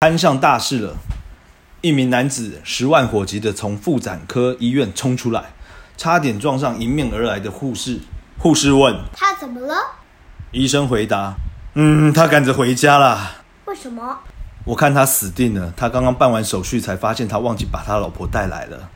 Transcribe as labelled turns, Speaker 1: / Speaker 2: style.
Speaker 1: 摊上大事了！一名男子十万火急地从妇产科医院冲出来，差点撞上迎面而来的护士。护士问
Speaker 2: 他怎么了？
Speaker 1: 医生：“回答，嗯，他赶着回家啦。
Speaker 2: 为什么？
Speaker 1: 我看他死定了，他刚刚办完手续才发现他忘记把他老婆带来了。